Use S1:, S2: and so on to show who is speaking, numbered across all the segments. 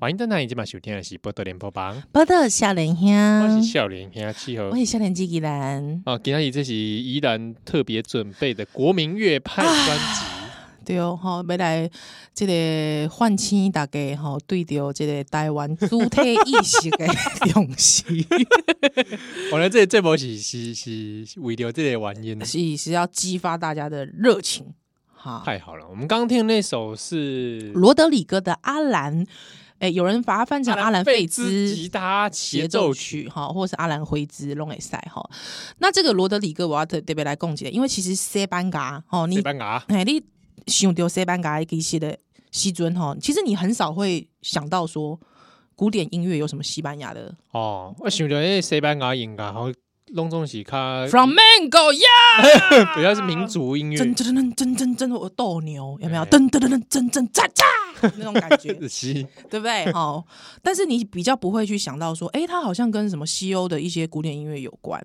S1: 欢迎登台，今晚收听的是《波多连播榜》，
S2: 报道少年
S1: 我是
S2: 兄，
S1: 笑脸兄气候
S2: 嗯我。是少年机器人，
S1: 哦，今天这是宜兰特别准备的国民乐派专辑，
S2: 对哦，吼，要来这个唤醒大家吼，对着这个台湾主体意识 的重视，
S1: 我来哦这这波是是是是为了这个原因，
S2: 是是要激发大家的热情。哈，
S1: 太好了。我们刚刚听的那首是
S2: 罗德里戈的《阿兰》，诶，有人把它翻成《阿兰费兹
S1: 吉他协
S2: 协
S1: 奏
S2: 奏
S1: 曲
S2: 曲，哈，或是阿兰辉兹龙尾赛哈。那这个罗德里戈，我要特特别来共解，因为其实西班牙哦，
S1: 西
S2: 你
S1: 班牙
S2: 哎，你想到西班牙的其实的西尊哈，其实你很少会想到说古典音乐有什么西班牙的
S1: 哦，我想到那西班牙音乐，好拢总是较
S2: flamenco 呀，
S1: 比较是民族音乐，
S2: 真真真真真真，我斗牛有没有？
S1: 哎
S2: 噔噔噔噔真真喳喳。那种感觉，
S1: 是
S2: 对不对？哦，但是你比较不会去想到说，哎，它好像跟什么西欧的一些古典音乐有关。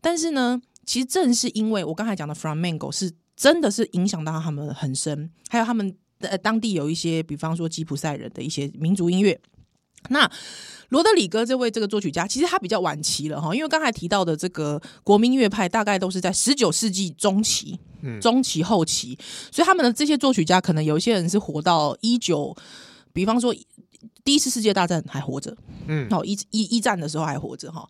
S2: 但是呢，其实正是因为我刚才讲的 flamenco 是真的是影响到他们很深，还有他们呃当地有一些，比方说吉普赛人的一些民族音乐。那罗德里戈这位这个作曲家，其实他比较晚期了哈，因为刚才提到的这个国民乐派，大概都是在十九世纪中期、
S1: 嗯
S2: 中期后期，所以他们的这些作曲家，可能有一些人是活到一九，比方说第一次世界大战还活着，
S1: 嗯
S2: 哦，一一一战的时候还活着哈，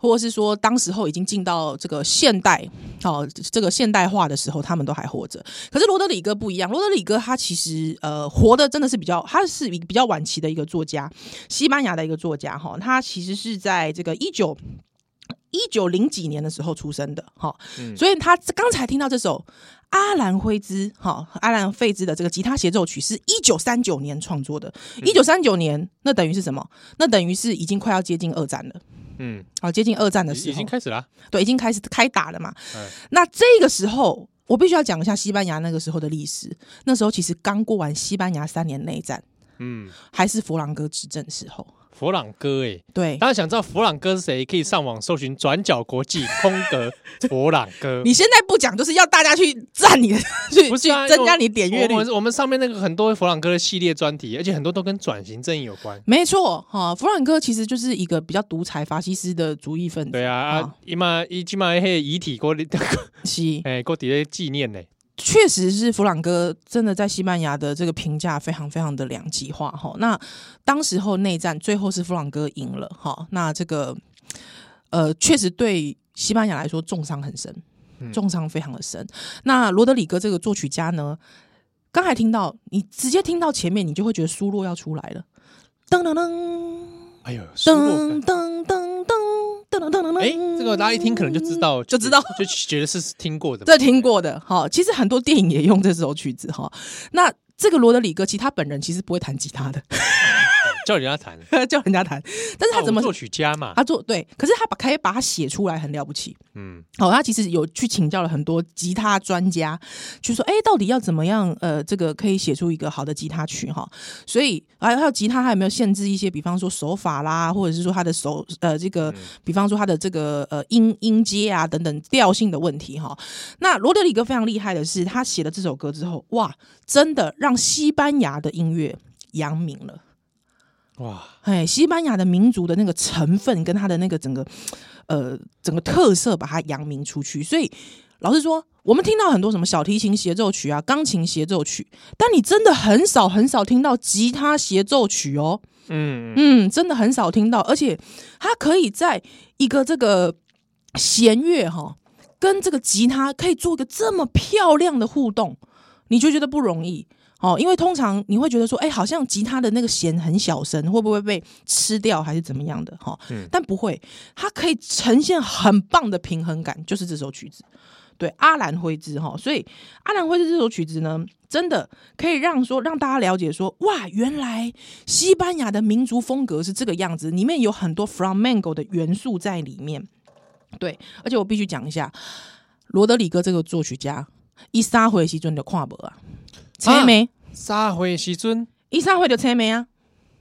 S2: 或者是说当时候已经进到这个现代，哦，这个现代化的时候，他们都还活着。可是罗德里戈不一样，罗德里戈他其实呃活的真的是比较，他是一个比较晚期的一个作家，西班牙的一个作家哈，他其实是在这个一九。一九零几年的时候出生的，哈、
S1: 嗯
S2: 所以他刚才听到这首阿兰辉兹，哈、阿兰费兹的这个吉他协奏曲是一九三九年创作的，
S1: 嗯
S2: 一九三九年，那等于是什么？那等于是已经快要接近二战了，
S1: 嗯，
S2: 啊，接近二战的时候，
S1: 已经开始了，
S2: 对，已经开始开打了嘛。
S1: 哎
S2: 那这个时候，我必须要讲一下西班牙那个时候的历史。那时候其实刚过完西班牙三年内战，
S1: 嗯，
S2: 还是佛朗哥执政时候。
S1: 佛朗哥哎。
S2: 对，
S1: 大家想知道弗朗哥是谁，可以上网搜寻“转角国际空 格弗朗哥
S2: 你现在不讲，就是要大家去赞你的， 去”。
S1: 不是
S2: 去
S1: 啊，
S2: 增加你点阅率
S1: 我。们我们上面那个很多弗朗哥的系列专题，而且很多都跟转型正义有关。
S2: 没错，哈、弗朗哥其实就是一个比较独裁法西斯的主义分子。
S1: 对啊，啊
S2: 啊，
S1: 伊嘛伊起码迄遗体过
S2: 是
S1: 哎过底咧纪念呢。
S2: 确实是弗朗哥真的在西班牙的这个评价非常非常的两极化哈。那当时候内战最后是弗朗哥赢了哈，那这个呃确实对西班牙来说重伤很深，
S1: 嗯
S2: 重伤非常的深。那罗德里戈这个作曲家呢，刚才听到你直接听到前面，你就会觉得苏洛要出来了，噔噔噔
S1: 哎呦，苏洛
S2: 噔噔噔噔噔噔噔噔，
S1: 哎，这个大家一听可能就知道，
S2: 嗯就知道
S1: 就觉得是听过的。
S2: 这听过的哈。其实很多电影也用这首曲子哈。那这个罗德里戈，其实他本人其实不会弹吉他的，
S1: 叫人家弹，
S2: 叫人家弹，但是他怎么、
S1: 啊我们作曲家嘛？
S2: 他做对？可是他把可以把它写出来，很了不起。
S1: 嗯，
S2: 哦，他其实有去请教了很多吉他专家，就说，哎，到底要怎么样？呃，这个可以写出一个好的吉他曲哈。所以，还有还有吉他，还有没有限制一些，比方说手法啦，或者是说他的手呃这个，比方说他的这个呃音音阶啊等等调性的问题哈。那罗德里戈非常厉害的是，他写了这首歌之后，哇，真的让西班牙的音乐扬名了。
S1: 哇，
S2: 哎，西班牙的民族的那个成分跟它的那个整个呃整个特色，把它扬名出去。所以老实说，我们听到很多什么小提琴协奏曲啊、钢琴协奏曲，但你真的很少很少听到吉他协奏曲哦。
S1: 嗯，
S2: 嗯，真的很少听到，而且它可以在一个这个弦乐哈、跟这个吉他可以做一个这么漂亮的互动，你就觉得不容易。哦，因为通常你会觉得说，哎，好像吉他的那个弦很小声，会不会被吃掉还是怎么样的？哈、
S1: 嗯
S2: 但不会，它可以呈现很棒的平衡感，就是这首曲子。对阿兰辉兹哈，所以阿兰辉兹这首曲子呢，真的可以让说让大家了解说，哇，原来西班牙的民族风格是这个样子，里面有很多 flamenco 的元素在里面。对，而且我必须讲一下，罗德里戈这个作曲家，伊三回西尊的跨博啊，切梅，
S1: 沙回西尊，
S2: 伊三回就切梅啊，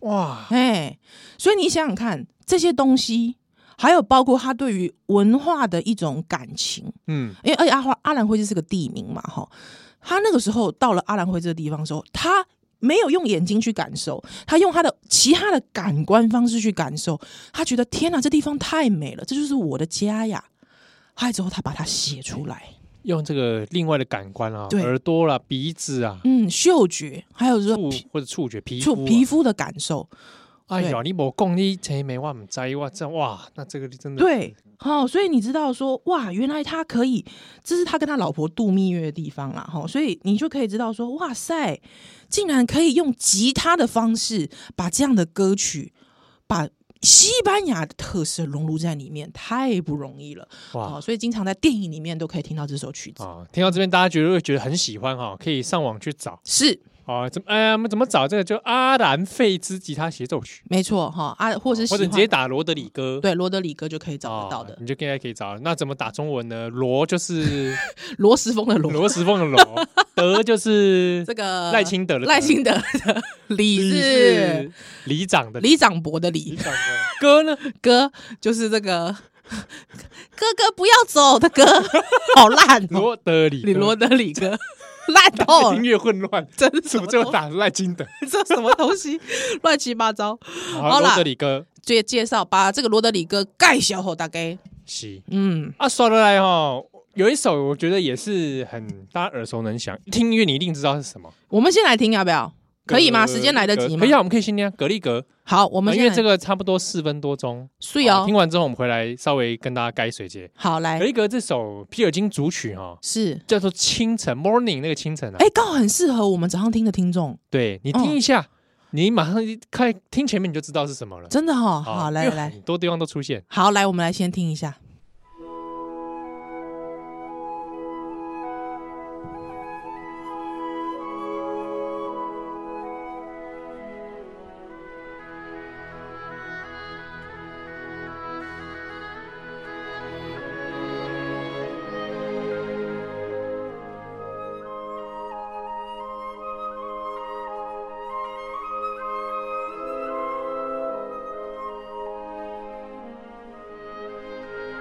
S1: 哇，
S2: 哎，所以你想想看，这些东西，还有包括他对于文化的一种感情，
S1: 嗯，
S2: 因为而且阿花阿兰会就是个地名嘛，哈，他那个时候到了阿兰会这个地方的时候，他没有用眼睛去感受，他用他的其他的感官方式去感受。他觉得天哪，这地方太美了，这就是我的家呀！嗨，之后他把它写出来，
S1: 用这个另外的感官啊，
S2: 对
S1: 耳朵啦、鼻子啊、
S2: 嗯，嗅觉，还有就是
S1: 触
S2: 皮
S1: 或者触觉、皮
S2: 触
S1: 肤、啊
S2: 皮。肤的感受，
S1: 哎呀，你某讲你这没我唔知哇，这样哇，那这个真的
S2: 对，哦，所以你知道说，哇，原来他可以，这是他跟他老婆度蜜月的地方啦，哦哈、所以你就可以知道说，哇塞，竟然可以用吉他的方式把这样的歌曲，把西班牙的特色融入在里面，太不容易了，
S1: 哇
S2: 哦，所以经常在电影里面都可以听到这首曲子，
S1: 啊！听到这边，大家觉得会觉得很喜欢哈，可以上网去找
S2: 是
S1: 啊。怎么哎呀，我们怎么找这个？就阿兰费兹吉他协奏曲，
S2: 没错哈、啊，或者
S1: 或者
S2: 喜
S1: 你直接
S2: 欢
S1: 打罗德里哥，
S2: 对罗德里哥就可以找
S1: 啊，
S2: 得到的，
S1: 你就应该可以找。那怎么打中文呢？罗就是
S2: 罗斯风的罗，
S1: 罗时凤的 罗，德就是
S2: 这个
S1: 赖清德的德
S2: 赖清德 的李
S1: 李
S2: 是
S1: 是里长的李
S2: 李长博的李
S1: 里。长 的哥呢？
S2: 歌就是这个 哥哥不要走的 歌，好烂、哦，
S1: 罗德里
S2: 李罗德里哥 烂 透
S1: 音
S2: 了，
S1: 乐混乱，
S2: 真是什
S1: 怎么
S2: 么
S1: 最后
S2: 东
S1: 打赖清德？
S2: 这什么东西，乱七八糟。
S1: 好，罗
S2: 啦
S1: 德里哥
S2: 介介绍把这个罗德里哥盖小后大概，
S1: 是
S2: 嗯，
S1: 啊，说得来哦。有一首我觉得也是很大家耳熟能详，听音乐你一定知道是什么，
S2: 我们先来听要不要？可呃以吗？
S1: 格
S2: 时间来得及吗
S1: 可以？啊，我们可以先听啊《格力格》
S2: 好，我
S1: 啊，
S2: 们
S1: 因
S2: 先
S1: 为
S2: 来
S1: 这个差不多四分多钟，啊
S2: 睡哦哎
S1: 听。完之后我们回来稍微跟大家该水节。
S2: 好
S1: 格
S2: 来
S1: 力格这首皮尔金组曲哈、哦，
S2: 是，
S1: 叫做清晨 morning 那个清晨啊，
S2: 哎，刚好很适合我们早上听的听众，
S1: 对你听一下，
S2: 哦
S1: 你马上一看听前面你就知道是什么了。
S2: 真的哦。
S1: 啊
S2: 好，来
S1: 因为
S2: 来来，
S1: 很多地方都出现。
S2: 好来，我们来先听一下。
S3: Thank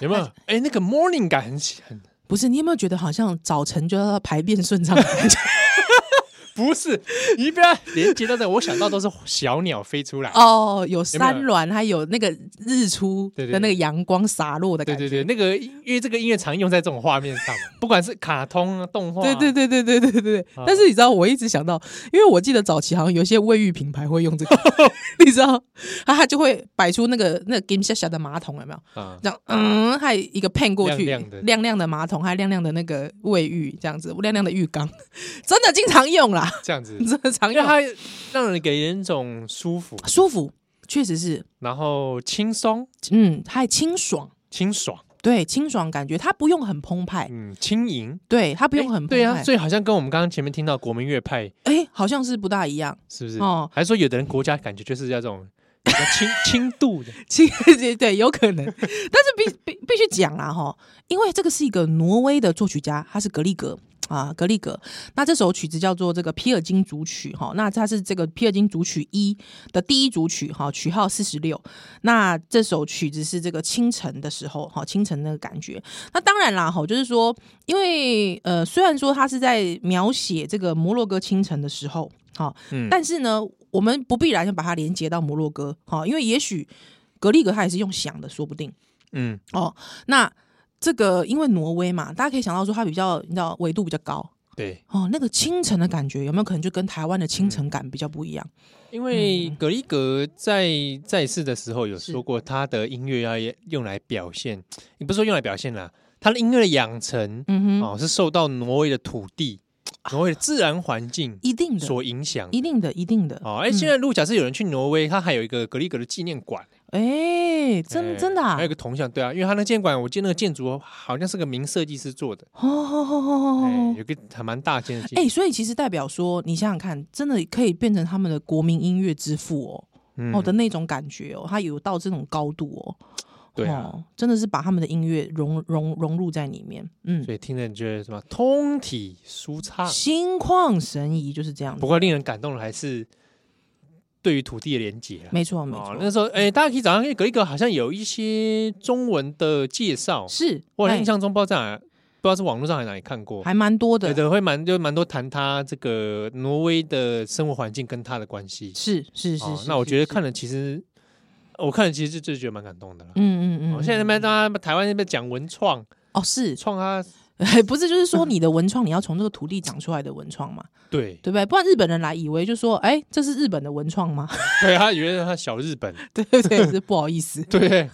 S1: 有没有？哎、那个 morning 感很很，
S2: 不是，你有没有觉得好像早晨就要排便顺 畅的 感觉？
S1: 不是，你不要连接到这个，我想到都是小鸟飞出来。
S2: 哦，
S1: 有没
S2: 有
S1: 有
S2: 山峦，还有那个日出
S1: 对对
S2: 的那个阳光洒落的
S1: 对
S2: 感觉。
S1: 对对，那个因为这个音乐常用在这种画面 上嘛，不管是卡通啊、动画、啊，
S2: 对对对对对对对对。但是你知道，我一直想到，因为我记得早期好像有一些卫浴品牌会用这个， 你知道，他他就会摆出那个那个 game 下下的马桶有没有？
S1: 啊，
S2: 这样，嗯，还有一个骗过去，
S1: 亮亮的
S2: 亮亮的马桶，还有亮亮的那个卫浴，这样子，亮亮的浴缸， 真的经常用啦，
S1: 这样子，
S2: 真的常
S1: 因为
S2: 用，
S1: 它让人给人一种舒服，
S2: 舒服，确实是，
S1: 然后轻松、
S2: 嗯，还清爽，
S1: 清爽，
S2: 对，清爽感觉，它不用很澎湃，
S1: 嗯，轻盈，
S2: 对，它不用
S1: 哎
S2: 很澎
S1: 对啊，
S2: 湃，
S1: 所以好像跟我们刚刚前面听到国民乐派
S2: 哎，好像是不大一样，
S1: 是不是？
S2: 哦
S1: 还是说有的人国家感觉就是要这 种比较轻轻度的，
S2: 其实对对，有可能，但是必必必须讲啦哈，因为这个是一个挪威的作曲家，他是格力格。啊，格力格，那这首曲子叫做这个《皮尔金组曲》哈，那它是这个《皮尔金组曲一》的第一组曲哈，曲号四十六。那这首曲子是这个清晨的时候哈，清晨那个感觉。那当然啦哈，就是说，因为呃，虽然说它是在描写这个摩洛哥清晨的时候哈，
S1: 嗯
S2: 但是呢，我们不必然就把它连接到摩洛哥哈，因为也许格力格他也是用想的，说不定
S1: 嗯，
S2: 哦。那这个因为挪威嘛，大家可以想到说它比较你知道纬度比较高
S1: 对，
S2: 哦，那个清晨的感觉有没有可能就跟台湾的清晨感比较不一样？
S1: 因为格里格在在世的时候有
S2: 嗯是
S1: 说过，他的音乐要用来表现，你不是说用来表现啦，他的音乐的养成
S2: 嗯哼，
S1: 哦是受到挪威的土地、挪威的自然环境
S2: 一定的，
S1: 所影响的
S2: 嗯一。嗯定的，一定的。
S1: 哦，哎，现在如果假设有人去挪威，他还有一个格里格的纪念馆，
S2: 哎，
S1: 哎
S2: 真真的啊
S1: 还有一！个铜像，对啊，因为他那纪念馆，我记得那个建筑好像是个名设计师做的，
S2: 哦哦哦哦
S1: 哎
S2: 哦，
S1: 有个还蛮大件的建
S2: 哎，所以其实代表说，你想想看，真的可以变成他们的国民音乐之父哦。
S1: 嗯
S2: 哦的那种感觉哦，它有到这种高度哦，
S1: 对啊，
S2: 哦，真的是把他们的音乐融融融入在里面，嗯，
S1: 所以听着你觉得什么通体舒畅。
S2: 心旷神怡就是这样子
S1: 不，过令人感动的还是对于土地的连结啊。
S2: 没错没
S1: 哦
S2: 错，，
S1: 那时候哎、大家可以找上，因为格力格好像有一些中文的介绍，
S2: 是，
S1: 我好像
S2: 哎
S1: 印象中不知道在哪，不知道是网络上还是哪里看过。
S2: 还蛮多
S1: 对
S2: 的，
S1: 对，会蛮就蛮多谈他这个挪威的生活环境跟他的关系。
S2: 是是是
S1: 哦
S2: 是，
S1: 那我
S2: 是
S1: 觉得
S2: 是
S1: 看了其实，我看了其实就就觉得蛮感动的啦。
S2: 嗯嗯嗯，
S1: 哦，现在那
S2: 嗯
S1: 边大家台湾那边讲文创，
S2: 哦是，
S1: 创他
S2: 不是就是说你的文创你要从这个土地长出来的文 创嘛，
S1: 对
S2: 对不对？不然日本人来以为就说，哎，这是日本的文创吗？
S1: 对，他以为他小日本，
S2: 对对对，是不好意思，
S1: 对，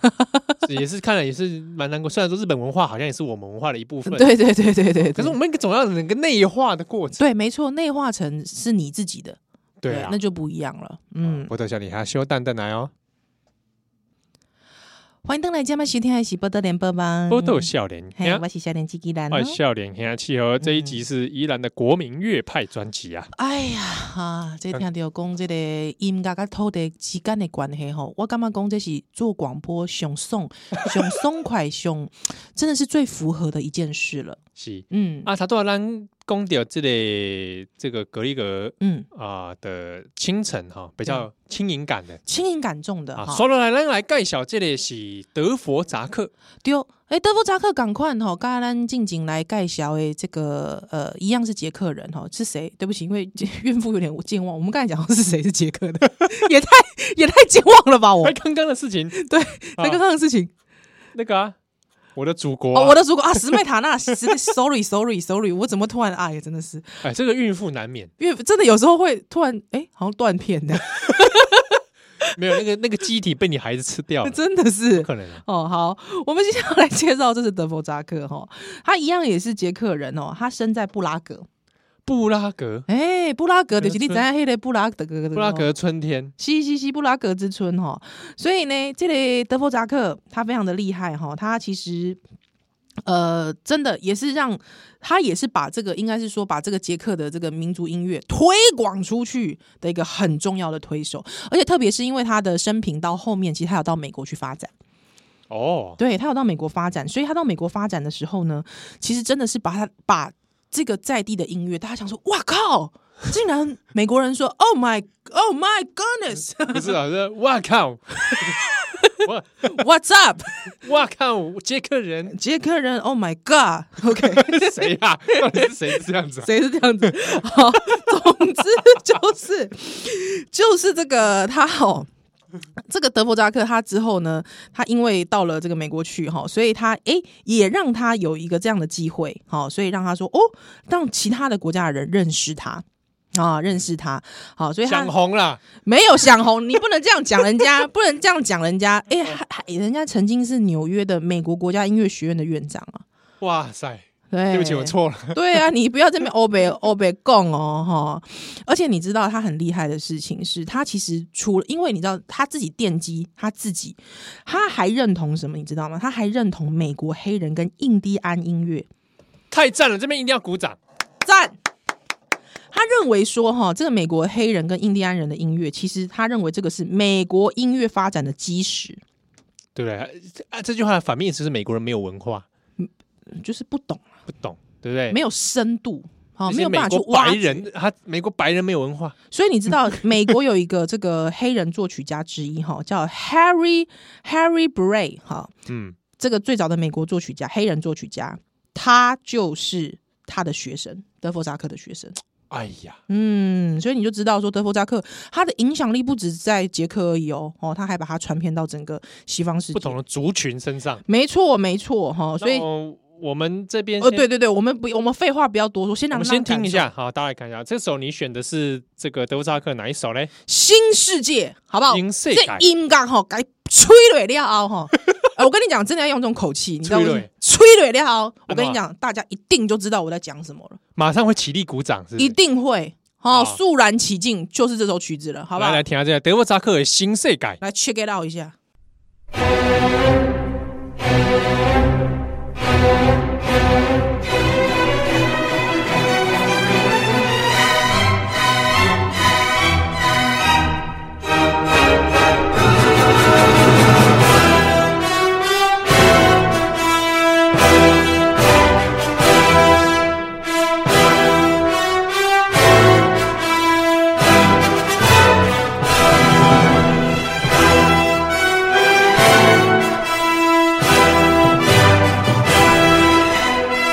S1: 也是看了也是蛮难过。虽然说日本文化好像也是我们文化的一部分，，
S2: 对对对对对，
S1: 可是我
S2: 对
S1: 们总要有一个内化的过程。
S2: 对没错，内化成是你自己的，
S1: 对啊
S2: 那，就不一样了，嗯。
S1: 波特小女孩修蛋蛋来哦，
S2: 欢迎登来今晚收听的是《波特联播网》，
S1: 波特笑脸
S2: 嗯嘿，
S1: 兄，
S2: 我是小年纪纪兰哦
S1: 哎，。笑脸兄契合这一集
S2: 嗯
S1: 是宜兰的国民乐派专辑啊，
S2: 哎呀，啊，这听到讲这个音乐跟土地之间的关系吼，我感觉讲这是做广播上爽、 上爽快、上真的是最符合的一件事了。
S1: 是
S2: 嗯
S1: 啊，他都要咱讲到这个这个格里格
S2: 嗯，
S1: 啊的清晨哈，比较轻盈感的。
S2: 轻盈感重的
S1: 啊，
S2: 哈。
S1: 说了来，咱来介绍这个是德佛扎克，
S2: 对，哎，德夫扎克赶快吼，跟咱静静来介绍诶，这个呃，一样是捷克人哈，是谁？对不起，因为 孕妇有点健忘，我们刚才讲到是谁是捷克的， 也太也太健忘了吧？我
S1: 哎，刚刚的事情，
S2: 对
S1: 啊，
S2: 才刚刚的事情。
S1: 那个啊，我的祖国啊，
S2: 哦，我的主管啊，史美塔纳，史 sorry sorry sorry，我怎么突然哎呀，真的是，
S1: 哎，这个孕妇难免
S2: 因为真的有时候会突然哎，好像断片的，
S1: 没有那个那 个机体被你孩子吃掉了，
S2: 真的
S1: 不
S2: 是。
S1: 可能啊。
S2: 哦，好，我们接下来介绍这是德弗扎克哈、哦，他一样也是捷克人哦，他生在布拉格，
S1: 布拉格，
S2: 哎，布拉格就是
S1: 嗯
S2: 你知道黑的布拉格的，
S1: 布拉格春天，
S2: 西西西布拉格之春哈、所以呢，这类德弗扎克他非常的厉害哈、他其实呃，真的也是让他也是把这个应该是说把这个捷克的这个民族音乐推广出去的一个很重要的推手，而且特别是因为他的生平到后面，其实他有到美国去发展，
S1: 哦，
S2: 对他有到美国发展，所以他到美国发展的时候呢，其实真的是把他把这个在地的音乐，大家想说，哇靠！竟然美国人说 “Oh my, Oh my goodness”，
S1: 不是啊，是哇靠，我
S2: What's up，
S1: 哇靠，我杰克人
S2: 捷克人？Oh my God，OK，、
S1: 谁呀？到底是谁这样子啊？
S2: 谁是这样子？ 好，总之就是 就是这个他哦，这个德伯扎克他之后呢，他因为到了这个美国去哈，所以他诶也让他有一个这样的机会，好，所以让他说哦，让其他的国家的人认识他。啊，认识他，好，所以他
S1: 想红啦，
S2: 没有想红，你不能这样讲人家， 不能这样讲人家。哎、还还人家曾经是纽约的美国国家音乐学院的院长啊。
S1: 哇塞，
S2: 对，
S1: 对不起，我错 了。
S2: 对啊，你不要这边欧北欧北共哦哈！而且你知道他很厉害的事情是，他其实除了因为你知道他自己奠基，他自己他还认同什么，你知道吗？他还认同美国黑人跟印第安音乐，
S1: 太赞了，这边一定要鼓掌。
S2: 赞。他认为说哈，这个美国黑人跟印第安人的音乐，其实他认为这个是美国音乐发展的基石，
S1: 对不对？啊，这句话的反面就是美国人没有文化，
S2: 就是不懂，
S1: 不懂，对不对？
S2: 没有深度。哦，
S1: 这些
S2: 没有办法去
S1: 美国
S2: 挖
S1: 白
S2: 掘
S1: 人，他美国白人没有文化，
S2: 所以你知道美国有一个这个黑人作曲家之一哈， 叫 Harry Harry Bray 哈，
S1: 嗯，
S2: 这个最早的美国作曲家，黑人作曲家，他就是他的学生，德弗扎克的学生。
S1: 哎呀，
S2: 嗯，所以你就知道说德弗扎克他的影响力不止在捷克而已哦，哦，他还把它传遍到整个西方世界。
S1: 不同的族群身上，
S2: 没错，没错哈、所以
S1: 那。我们这边
S2: 哦，
S1: 先
S2: 对，对对，我们不，我们废话不要多说，先
S1: 我
S2: 让
S1: 们先
S2: 大家
S1: 听一
S2: 感
S1: 下，好，大家来看一下，这首你选的是这个德布扎克哪一首嘞？
S2: 受新世界，好不好？
S1: 银色
S2: 哎这
S1: 改
S2: 音乐吼，该催泪了后吼。 哎我跟你讲，真的要用这种口气，你知道
S1: 催
S2: 吗
S1: 泪？
S2: 催泪了后，我跟你讲，大家一定就知道我在讲什么了，
S1: 马上会起立鼓掌，是不
S2: 一
S1: 是？
S2: 定会哦，
S1: 啊
S2: 肃然起敬，就是这首曲子了，好不好？
S1: 来来听下这个德布扎克的新世改，
S2: 来 check it out 一下。
S3: Thank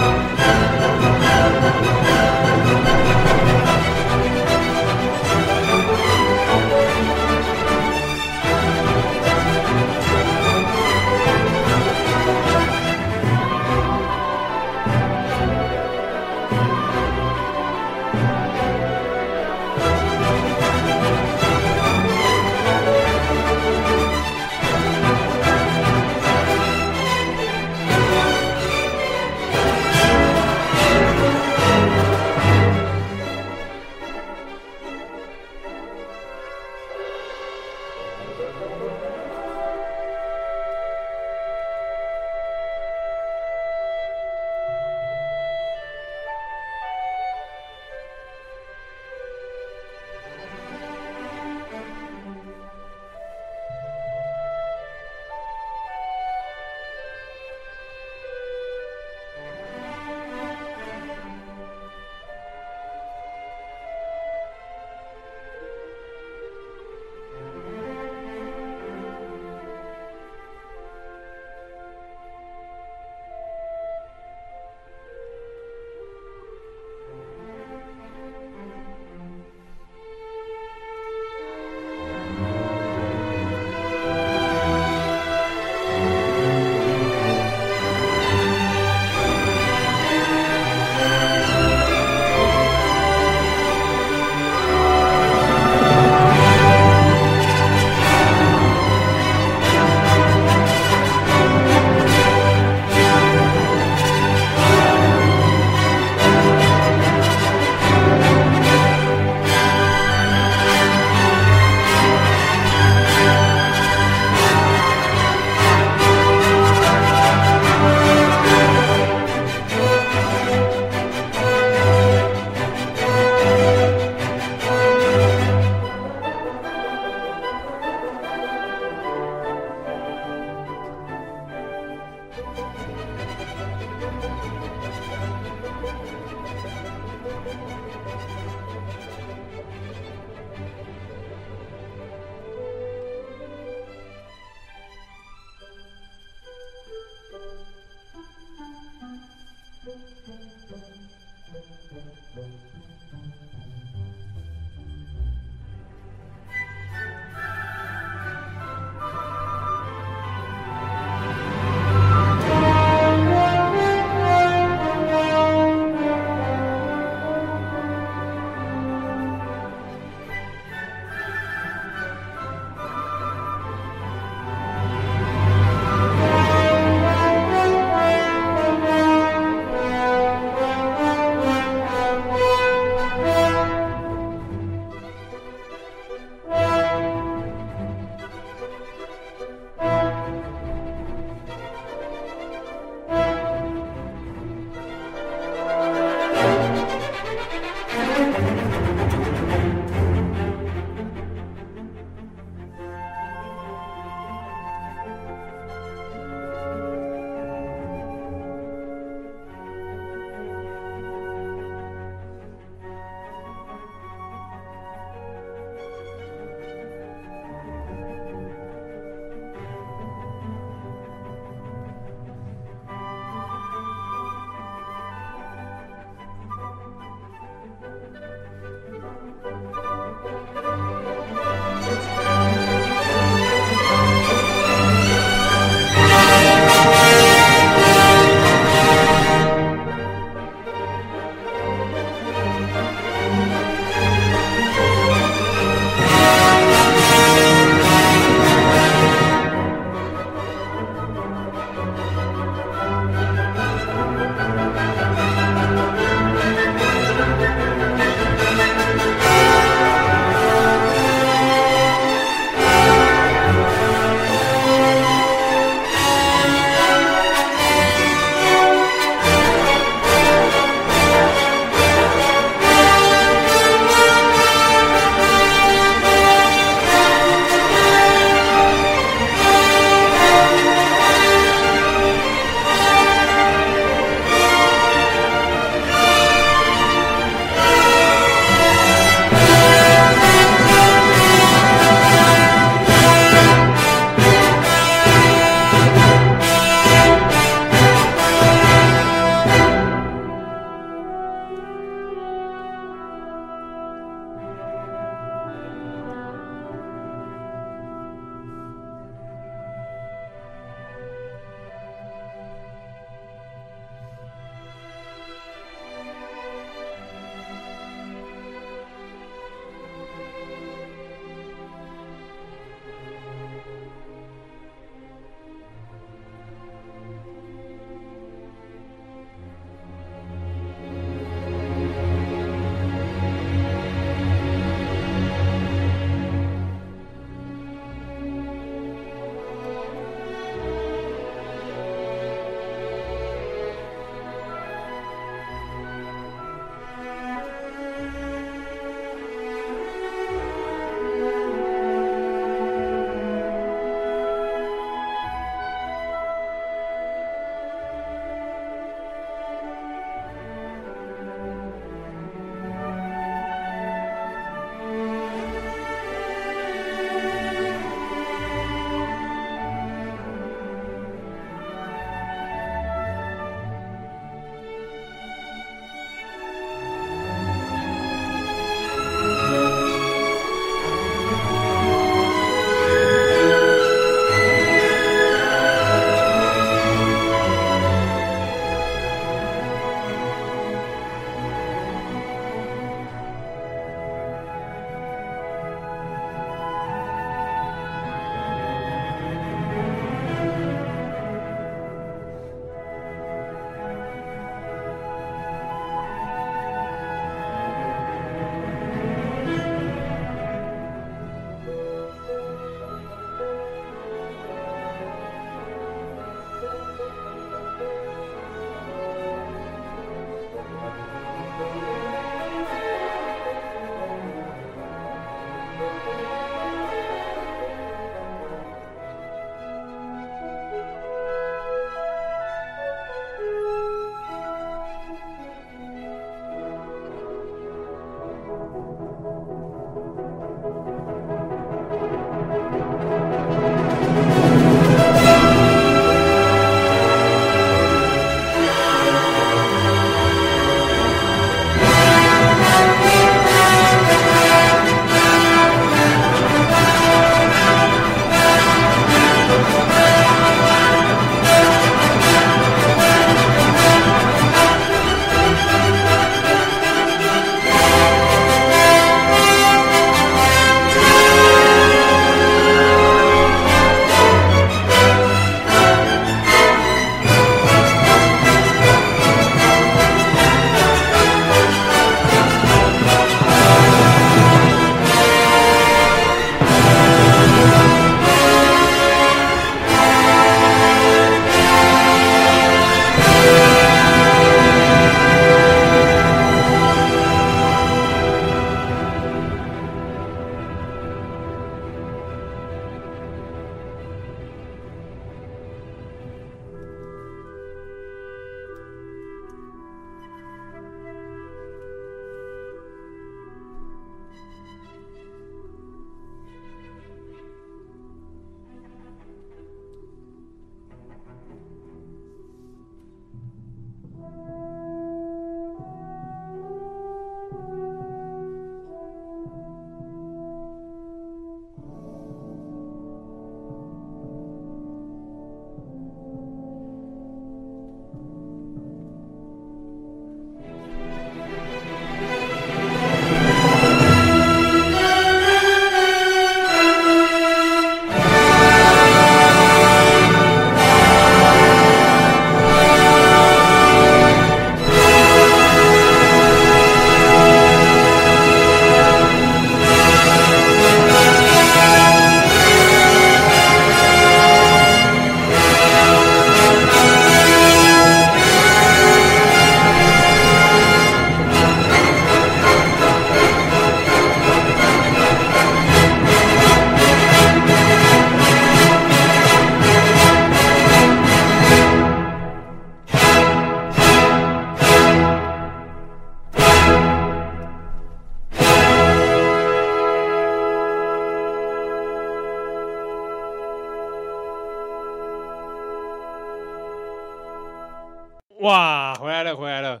S1: 哇，回来了，回来了，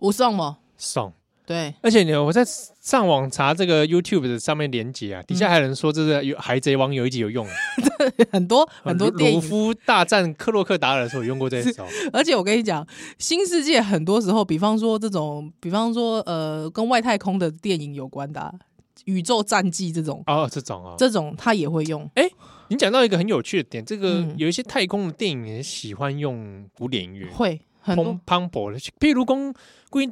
S2: 我送嘛，
S1: 送！
S2: 对，
S1: 而且呢，我在上网查这个 YouTube 的上面连接啊，底下还有人说这是有《海贼王》有一集有用，
S2: 很多很多
S1: 鲁
S2: 电
S1: 鲁
S2: 影
S1: 夫大战克洛克达尔的时候有用过这一招，
S2: 而且我跟你讲，新世界很多时候，比方说这种，比方说呃，跟外太空的电影有关的啊、宇宙战记这种，
S1: 哦，这种啊、
S2: 这种他也会用。
S1: 你讲到一个很有趣的点，这个
S2: 嗯
S1: 有一些太空的电影也喜欢用古典音乐，
S2: 会很
S1: 蓬
S2: 多，
S1: 磅礴的，譬如讲归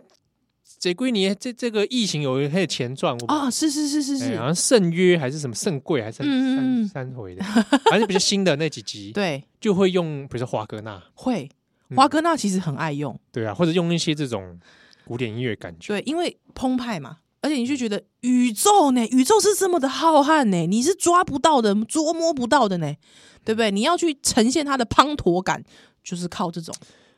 S1: 这归你这这个疫情有一些前传，我
S2: 啊，是是是是
S1: 哎
S2: 是，
S1: 好像圣约还是什么圣贵还是三
S2: 嗯嗯嗯
S1: 三三回的，反正比较新的那几集，
S2: 对，
S1: 就会用比如说华格纳，
S2: 会。
S1: 嗯
S2: 华格纳其实很爱用，
S1: 对啊，或者用一些这种古典音乐感觉，
S2: 对，因为澎湃嘛，而且你就觉得宇宙呢，宇宙是这么的浩瀚呢，你是抓不到的，捉摸不到的呢，对不对？你要去呈现它的滂沱感，就是靠这种。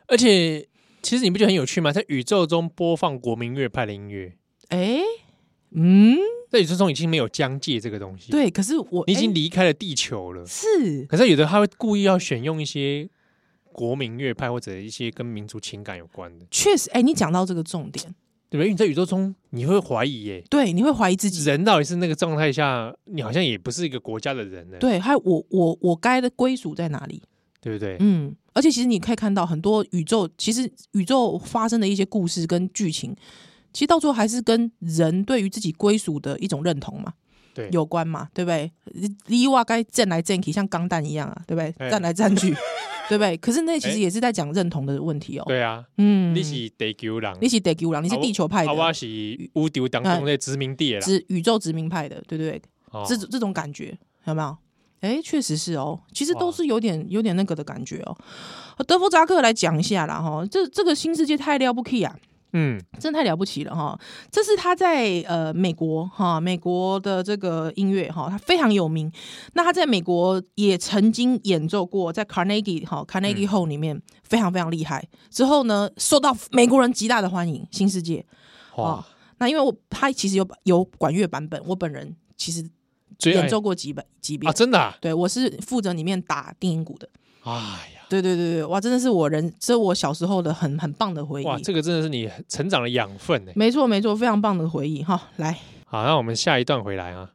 S1: 而且其实你不觉得很有趣吗？在宇宙中播放国民乐派的音乐，
S2: 哎，嗯，
S1: 在宇宙中已经没有疆界这个东西，，
S2: 对，可是我
S1: 你已
S2: 哎
S1: 经离开了地球了。
S2: 是
S1: 可是有的他会故意要选用一些国民乐派或者一些跟民族情感有关的，
S2: 确实，哎、你讲到这个重点，
S1: 对不对？因为你在宇宙中你会怀疑耶、
S2: 对，你会怀疑自己，
S1: 人到底是那个状态下，你好像也不是一个国家的人呢，
S2: 对，还有我我我该的归属在哪里？
S1: 对不对？
S2: 嗯，而且其实你可以看到很多宇宙，其实宇宙发生的一些故事跟剧情，其实到最后还是跟人对于自己归属的一种认同嘛，
S1: 对
S2: 有关嘛，对不对？里哇该战来战去，像钢弹一样啊，对不对？
S1: 哎
S2: 战来战 去，对不对？可是那其实
S1: 哎
S2: 也是在讲认同的问题哦。
S1: 对啊，
S2: 嗯，
S1: 你是地球人，
S2: 你是地球人，你是
S1: 啊我
S2: 地球派
S1: 啊，我
S2: 的，
S1: 是乌丢当中的殖民地的啦，
S2: 殖宇宙殖民派的，对不对？
S1: 哦
S2: 这种这种感觉有没有？哎，确实是哦，其实都
S1: 哇
S2: 是有点有点那个的感觉哦。德弗扎克来讲一下啦，哈，这这个新世界太了不起啊，
S1: 嗯，
S2: 真的太了不起了哈。这是他在呃美国哈，美国的这个音乐哈，他非常有名。那他在美国也曾经演奏过，在 Carnegie 哈
S1: 嗯
S2: Carnegie Hall 里面非常非常厉害。之后呢，受到美国人极大的欢迎，新世界。
S1: 哇，
S2: 那因为我他其实有有管乐版本，我本人其实
S1: 最爱
S2: 演奏过几本几遍
S1: 啊，真的啊，
S2: 对，我是负责里面打定音鼓的。
S1: 哎呀，
S2: 对对对对，哇，真的是我人，这我小时候的很很棒的回忆。
S1: 哇，这个真的是你成长的养分呢。
S2: 没错没错，非常棒的回忆哈。来，
S1: 好，那我们下一段回来啊。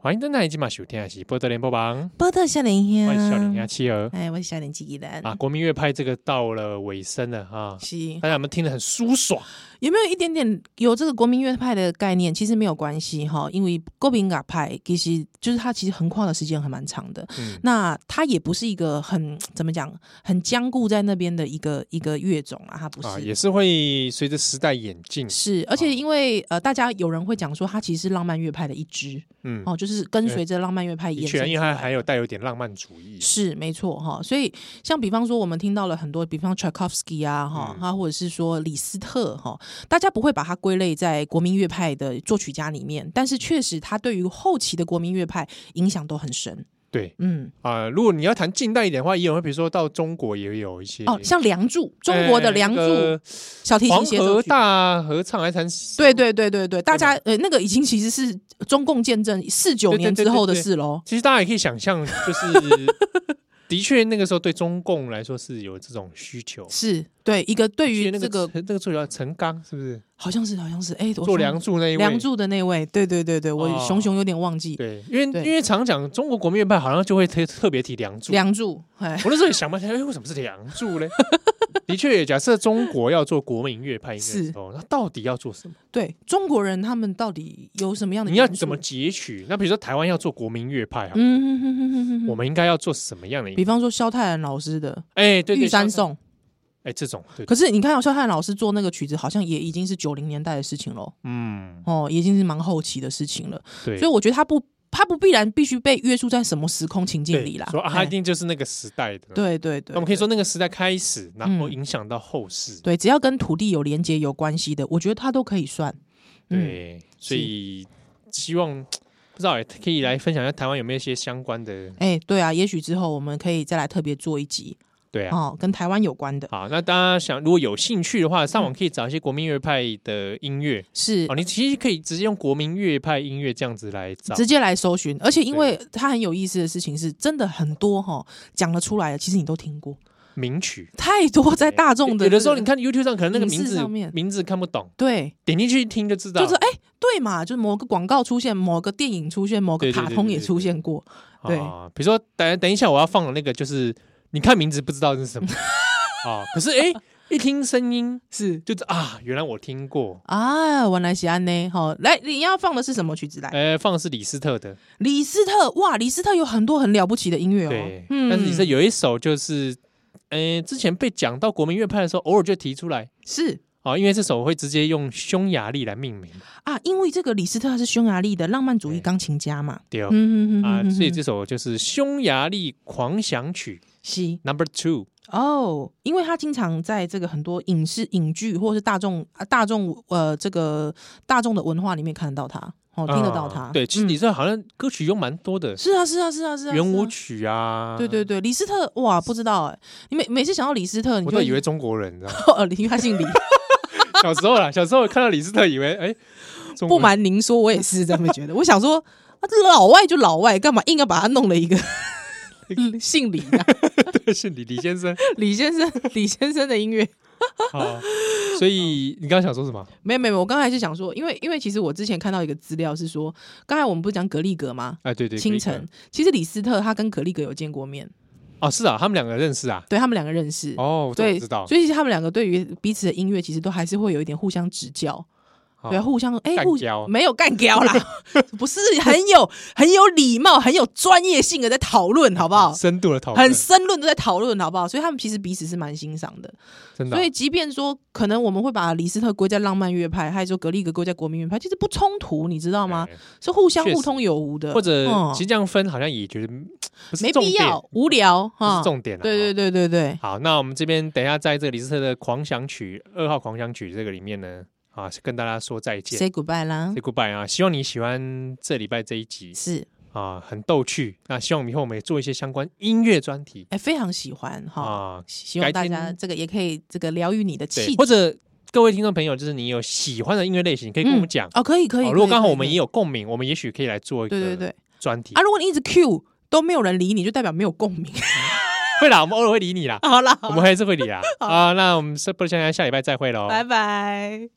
S1: 欢迎登台，今晚收听的是《波特联播榜
S2: 波特夏林》，呀，
S1: 欢迎小林家妻儿
S2: 哎，我是夏林记忆人
S1: 啊。国民乐派这个到了尾声了啊，
S2: 是
S1: 大家有没有听得很舒爽？
S2: 有没有一点点有这个国民乐派的概念？其实没有关系哈，因为国民乐派其实就是它其实横跨的时间还蛮长的。
S1: 嗯，
S2: 那它也不是一个很怎么讲，很僵固在那边的一个一个乐种啊，它不是、
S1: 啊，也是会随着时代演进，
S2: 是，而
S1: 哦
S2: 且因为、呃，大家有人会讲说，它其实是浪漫乐派的一支
S1: 嗯，
S2: 哦，就是跟随着浪漫乐派
S1: 的
S2: 演
S1: 确，因为它还
S2: 有
S1: 有带有点浪漫主义，
S2: 是没错哈、所以像比方说，我们听到了很多，比方 Tchaikovsky 啊哈，
S1: 嗯
S2: 他、或者是说李斯特哈、大家不会把它归类在国民乐派的作曲家里面，但是确实他对于后期的国民乐派影响都很深。
S1: 对
S2: 嗯，
S1: 啊。如果你要谈近代一点的话，也有，比如说到中国也有一些
S2: 哦，像《梁祝》，中国的《
S1: 呃
S2: 梁祝》
S1: 那个
S2: 小提琴
S1: 黄
S2: 协
S1: 河
S2: 奏曲。
S1: 大合唱还是谈
S2: 对对对对对，大
S1: 对吧
S2: 家呃，那个已经其实是中共建政四九
S1: 对对
S2: 年
S1: 对
S2: 之
S1: 对
S2: 后的
S1: 对
S2: 事喽。
S1: 其实大家也可以想象，就是 的确那个时候对中共来说是有这种需求。
S2: 是对一个对
S1: 我记
S2: 于
S1: 哦得那
S2: 这个
S1: 陈那个作曲家陈刚是不是
S2: 好像是好像是哎，我
S1: 做
S2: 熊
S1: 梁祝那一位？
S2: 梁祝的那位，对对对对，我
S1: 哦
S2: 熊熊有点忘记
S1: 对，因为
S2: 对
S1: 因为常讲中国国民乐派好像就会特特别提梁祝。
S2: 梁祝，哎，
S1: 我那时候也想不起来，哎，为什么是梁祝 嘞？的确，假设中国要做国民乐派音乐的时候，哦那到底要做什么？
S2: 对中国人他们到底有什么样的
S1: 你要
S2: 元素
S1: 怎么？截取？那比如说台湾要做国民乐派啊，
S2: 嗯哼哼哼哼哼
S1: 我
S2: 哼，
S1: 们应该要做什么样的音乐？
S2: 比方说萧泰然老师的
S1: 哎，对对，
S2: 《玉山
S1: 像
S2: 颂》，
S1: 哎，这种对，
S2: 可是你看哦，萧泰然老师做那个曲子，好像也已经是九零年代的事情喽，
S1: 嗯，
S2: 哦，已经是蛮后期的事情了，
S1: 对
S2: 所以。我觉得他不，他不必然必须被约束在什么时空情境里啦。
S1: 说啊，
S2: 哎
S1: 它一定就是那个时代的。
S2: 对对
S1: 那
S2: 对，
S1: 我们可以
S2: 对
S1: 说那个时代开始，然后
S2: 嗯
S1: 影响到后世。
S2: 对，只要跟土地有连接、有关系的，我觉得它都可以算。嗯，
S1: 对，所以希望不知道也可以来分享一下台湾有没有一些相关的。
S2: 哎、对啊，也许之后我们可以再来特别做一集
S1: 对啊，
S2: 哦，跟台湾有关的。
S1: 好，那大家想如果有兴趣的话，上网可以找一些国民乐派的音乐
S2: 是
S1: 哦，你其实可以直接用国民乐派音乐这样子来找。
S2: 直接来搜寻，而且因为它很有意思的事情是，真的很多哈、讲了出来的，其实你都听过。
S1: 名曲。
S2: 太多在大众的
S1: 有的
S2: 这
S1: 时候
S2: 个
S1: 你看 YouTube 上可能那个
S2: 影视
S1: 名字
S2: 上面
S1: 名字看不懂，
S2: 对，
S1: 点进去一听就知道。
S2: 就是哎、对嘛，就是某个广告出现，某个电影出现，某个
S1: 对对对
S2: 卡通
S1: 对
S2: 也
S1: 对
S2: 出
S1: 对
S2: 现过，对
S1: 啊，比如说等等一下我要放的那个，就是你看名字不知道是什 么啊，可是哎、一听声音
S2: 是
S1: 就是啊，原来我听过。
S2: 啊，原来是安呢。好，来，你要放的是什么曲子来？
S1: 呃，放的是李斯特的，
S2: 李斯特，哇，李斯特有很多很了不起的音乐哦
S1: 对，。但是李斯特
S2: 是
S1: 有一首就是，呃，之前被讲到国民乐派的时候，偶尔就提出来
S2: 是
S1: 啊，因为这首会直接用匈牙利来命名，
S2: 啊，因为这个李斯特他是匈牙利的浪漫主义
S1: 对
S2: 钢琴家嘛，
S1: 对哦
S2: 嗯嗯嗯
S1: 啊，
S2: 嗯
S1: 所以
S2: 嗯
S1: 这首就是匈牙利狂想曲
S2: 是
S1: Number Two。
S2: 哦，因为他经常在这个很多影视、影剧或是大众、啊大众呃这个大众的文化里面看得到他，哦，听得到
S1: 啊
S2: 他，
S1: 对，其实
S2: 嗯
S1: 李斯特好像歌曲有蛮多的，
S2: 是啊，是啊，是啊，是啊，
S1: 圆
S2: 是啊
S1: 舞曲啊，
S2: 对对对，李斯特哇，不知道哎、你每每次想到李斯特，你
S1: 我
S2: 就
S1: 都以为中国人，你知道吗？
S2: 哦，因为 他姓李。
S1: 小时候啦，小时候看到李斯特，以为哎，中国
S2: 不
S1: 人
S2: 瞒您说，我也是这么觉得。我想说，啊，这老外就老外，干嘛硬要把他弄了一个 姓李的、
S1: 是李李先生。
S2: 李先生？李先生的音乐
S1: 好，所以
S2: 哦
S1: 你刚刚想说什么？
S2: 没有没有，没有我刚才是想说，因为因为其实我之前看到一个资料是说，刚才我们不是讲格力格吗？
S1: 哎，对对，
S2: 清
S1: 格力
S2: 晨，其实李斯特他跟格力格有见过面，
S1: 格哦，是啊，他们两个认识啊。
S2: 对他们两个认识。
S1: 哦，这
S2: 对，
S1: 我知道。
S2: 所以其实他们两个对于彼此的音乐，其实都还是会有一点互相指教，
S1: 哦
S2: 对，互相哎，
S1: 干
S2: 互
S1: 交
S2: 没有干交啦， 不是很有很有礼貌、很有专业性的在讨论，好不好？
S1: 深度的讨论，
S2: 很深论都在讨论，好不好？所以他们其实彼此是蛮欣赏的。
S1: 真的哦。
S2: 所以即便说可能我们会把李斯特归在浪漫乐派，还是说格力格归在国民乐派，其实不冲突，你知道吗？
S1: 哎？
S2: 是互相
S1: 确实
S2: 互通有无的，
S1: 或者
S2: 嗯
S1: 其实这样分好像也觉得嗯不是
S2: 没
S1: 重
S2: 必
S1: 点
S2: 要，无聊
S1: 不
S2: 哈
S1: 是。重点啊。
S2: 对对
S1: 哦。
S2: 对对对，
S1: 好，那我们这边等一下在这个李斯特的狂想曲二号狂想曲这个里面呢，啊，跟大家说再见。
S2: ，say goodbye 啦
S1: say，goodbye 啊！希望你喜欢这礼拜这一集
S2: 是。
S1: 啊，很逗趣。那希望我们以后我们也做一些相关音乐专题
S2: 哎，非常喜欢哈，
S1: 啊，
S2: 希望
S1: 改
S2: 大
S1: 天
S2: 家这个也可以这个疗愈你的气
S1: 对，
S2: 质
S1: 或者各位听众朋友，就是你有喜欢的音乐类型，可以跟我们讲。
S2: 哦，可以可以。
S1: 哦
S2: 可以
S1: 如果刚好
S2: 可以
S1: 我们
S2: 可
S1: 也
S2: 以
S1: 有共鸣，我们也许可以来做一
S2: 对对
S1: 个
S2: 对
S1: 专题
S2: 啊，。如果你一直 Q 都没有人理你，就代表没有共鸣。
S1: 会啦，我们偶尔会理你啦，啊
S2: 好啦，
S1: 我
S2: 好啦啊
S1: 们还是会理啦。啊，那我们是不如下下下礼拜再会喽，
S2: 拜拜。